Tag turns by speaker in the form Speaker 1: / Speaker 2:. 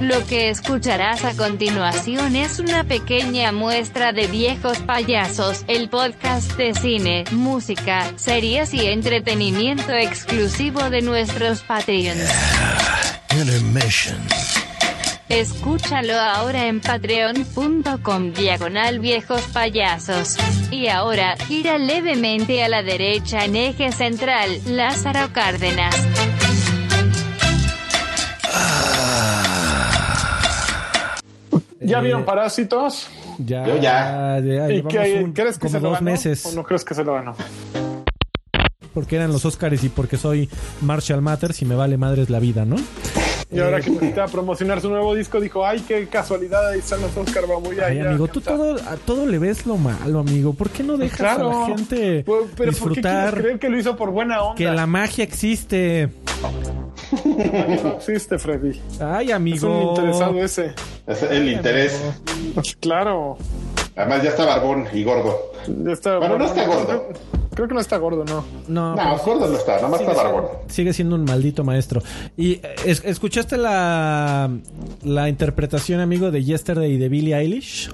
Speaker 1: Lo que escucharás a continuación es una pequeña muestra de Viejos Payasos, el podcast de cine, música, series y entretenimiento exclusivo de nuestros Patreons.
Speaker 2: Intermission.
Speaker 1: Escúchalo ahora en patreon.com diagonal viejos payasos. Y ahora, gira levemente a la derecha en eje central, Lázaro Cárdenas.
Speaker 3: ¿Ya
Speaker 4: Eh,
Speaker 3: vieron Parásitos?
Speaker 4: Ya,
Speaker 5: Yo ya.
Speaker 4: ya
Speaker 3: ¿Y
Speaker 4: llevamos
Speaker 3: qué,
Speaker 4: un-
Speaker 3: crees que
Speaker 4: como
Speaker 3: se lo
Speaker 4: dos
Speaker 3: ganó?
Speaker 4: meses.
Speaker 3: ¿O no crees que se lo ganó?
Speaker 4: Porque eran los Oscars y porque soy Marshall Matters y me vale madres la vida, ¿no?
Speaker 3: Y
Speaker 4: Eh,
Speaker 3: ahora que necesita promocionar su nuevo disco, dijo, ay, qué casualidad, ahí están los Oscar, vamos ya.
Speaker 4: Ay,
Speaker 3: ya,
Speaker 4: amigo, tú
Speaker 3: canta".
Speaker 4: todo, a todo le ves lo malo, amigo. ¿Por qué no dejas a la gente
Speaker 3: Pues, Pero, pero ¿por qué quieres
Speaker 4: disfrutar
Speaker 3: creer que lo hizo por buena onda?
Speaker 4: que la magia existe?
Speaker 3: No existe, Freddy.
Speaker 4: Ay,
Speaker 3: Es un
Speaker 4: amigo.
Speaker 3: interesado ese.
Speaker 5: Es el interés.
Speaker 3: Claro.
Speaker 5: Además, ya está barbón y gordo.
Speaker 3: Ya está,
Speaker 5: Bueno, no está gordo.
Speaker 3: Creo que no está gordo, no.
Speaker 4: No,
Speaker 5: No, gordo no está, nada más está barbón.
Speaker 4: sigue siendo un maldito maestro. ¿Y eh, es- escuchaste la, la interpretación, amigo, de Yesterday de Billie Eilish?